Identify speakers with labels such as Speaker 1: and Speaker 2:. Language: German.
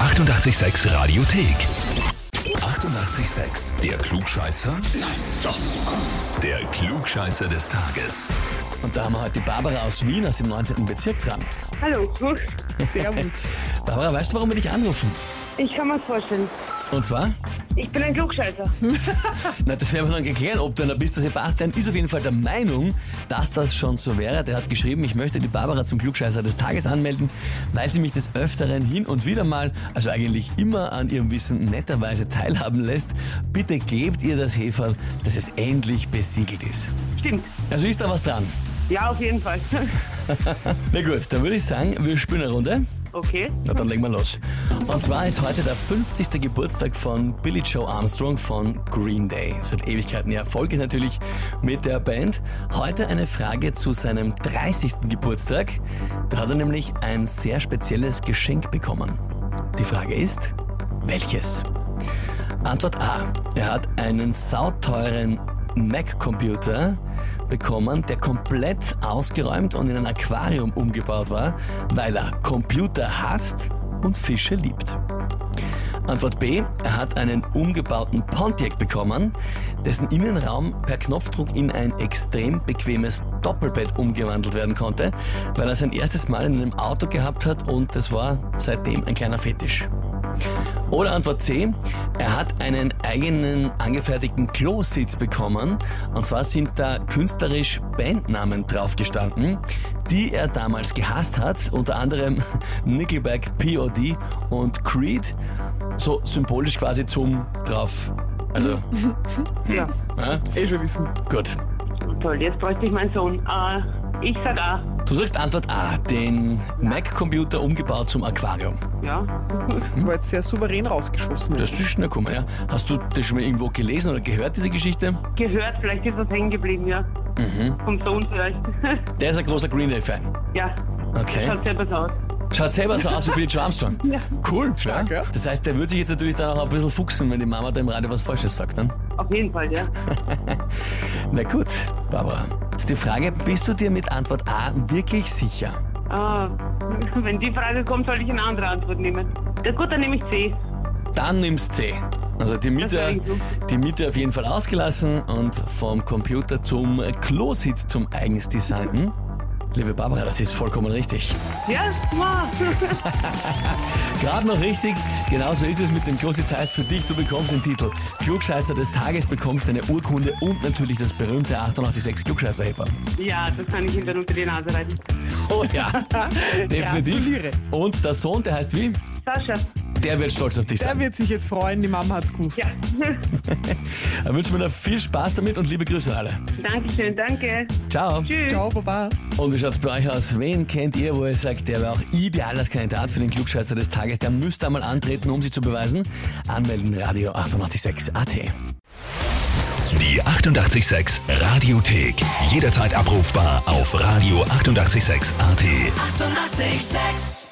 Speaker 1: 886 Radiothek. 88,6. Der Klugscheißer? Nein, doch. Der Klugscheißer des Tages.
Speaker 2: Und da haben wir heute die Barbara aus Wien aus dem 19. Bezirk dran.
Speaker 3: Hallo. Servus.
Speaker 2: Barbara, weißt du, warum wir dich anrufen?
Speaker 3: Ich kann mir vorstellen.
Speaker 2: Und zwar?
Speaker 3: Ich bin ein Klugscheißer.
Speaker 2: Na, das werden wir dann geklärt, ob du einer bist. Der Sebastian ist auf jeden Fall der Meinung, dass das schon so wäre. Der hat geschrieben, ich möchte die Barbara zum Klugscheißer des Tages anmelden, weil sie mich des Öfteren hin und wieder mal, also eigentlich immer an ihrem Wissen netterweise teilhaben lässt. Bitte gebt ihr das Heferl, dass es endlich besiegelt ist.
Speaker 3: Stimmt.
Speaker 2: Also ist da was dran.
Speaker 3: Ja, auf jeden Fall.
Speaker 2: Na gut, dann würde ich sagen, wir spielen eine Runde.
Speaker 3: Okay.
Speaker 2: Na, dann legen wir los. Und zwar ist heute der 50. Geburtstag von Billy Joe Armstrong von Green Day. Seit Ewigkeiten ja erfolgreich natürlich mit der Band. Heute eine Frage zu seinem 30. Geburtstag. Da hat er nämlich ein sehr spezielles Geschenk bekommen. Die Frage ist, welches? Antwort A. Er hat einen sauteuren Mac-Computer bekommen, der komplett ausgeräumt und in ein Aquarium umgebaut war, weil er Computer hasst und Fische liebt. Antwort B. Er hat einen umgebauten Pontiac bekommen, dessen Innenraum per Knopfdruck in ein extrem bequemes Doppelbett umgewandelt werden konnte, weil er sein erstes Mal in einem Auto gehabt hat und das war seitdem ein kleiner Fetisch. Oder Antwort C, er hat einen eigenen angefertigten Klositz bekommen. Und zwar sind da künstlerisch Bandnamen drauf gestanden, die er damals gehasst hat, unter anderem Nickelback, POD und Creed. So symbolisch quasi zum drauf. Also,
Speaker 3: Ja,
Speaker 2: ja,
Speaker 4: Eh schon wissen.
Speaker 2: gut.
Speaker 3: toll. Jetzt bräuchte ich meinen Sohn. Äh, ich sag A.
Speaker 2: Du sagst Antwort A, den Mac-Computer umgebaut zum Aquarium.
Speaker 3: Ja.
Speaker 4: War jetzt sehr souverän rausgeschossen.
Speaker 2: Das ist schnell gekommen, ja. Hast du das schon mal irgendwo gelesen oder gehört, diese Geschichte?
Speaker 3: Gehört, vielleicht ist was hängen geblieben, ja. Vom Sohn vielleicht.
Speaker 2: Der ist ein großer Green Day-Fan.
Speaker 3: ja.
Speaker 2: Okay.
Speaker 3: Schaut selber so aus.
Speaker 2: Schaut selber so aus wie Billy Joe Armstrong.
Speaker 3: Ja.
Speaker 2: Cool,
Speaker 4: Stark,
Speaker 2: ja.
Speaker 4: ja.
Speaker 2: Das heißt, der wird sich jetzt natürlich dann auch ein bisschen fuchsen, wenn die Mama da im Radio was Falsches sagt. Ne?
Speaker 3: Auf jeden Fall, ja.
Speaker 2: Na gut, Barbara. Ist die Frage, bist du dir mit Antwort A wirklich sicher?
Speaker 3: Ah, wenn die Frage kommt, soll ich eine andere Antwort nehmen. Ja, gut, dann nehme ich C.
Speaker 2: Dann nimmst C. Also die
Speaker 3: Das
Speaker 2: Mitte,
Speaker 3: wär gut.
Speaker 2: die Mitte auf jeden Fall ausgelassen und vom Computer zum Klositz zum eigens designten. Liebe Barbara, das ist vollkommen richtig.
Speaker 3: Ja? Wow.
Speaker 2: Gerade noch richtig, genauso ist es mit dem Klositz heißt für dich, du bekommst den Titel Klugscheißer des Tages, bekommst deine Urkunde und natürlich das berühmte 886 Klugscheißerhefer.
Speaker 3: ja, das kann ich hinter unter die Nase reiten.
Speaker 2: Oh ja, definitiv.
Speaker 4: gratuliere.
Speaker 2: und der Sohn, der heißt wie?
Speaker 3: Sascha.
Speaker 2: Der wird stolz auf dich
Speaker 4: Der
Speaker 2: sein.
Speaker 4: wird sich jetzt freuen, die Mama hat's gewusst.
Speaker 3: Ja.
Speaker 2: Dann wünschen wir dir viel Spaß damit und liebe Grüße an alle.
Speaker 3: Dankeschön, danke.
Speaker 2: Ciao.
Speaker 3: Tschüss.
Speaker 4: Ciao, Baba.
Speaker 2: Und wie schaut's bei euch aus? Wen kennt ihr, wo ihr sagt, der wäre auch ideal als Kandidat für den Klugscheißer des Tages? Der müsste einmal antreten, um sich zu beweisen. Anmelden, Radio 886 AT.
Speaker 1: Die 88,6 Radiothek. Jederzeit abrufbar auf radio886.at. 88,6.
Speaker 5: Eighty-eight, sex.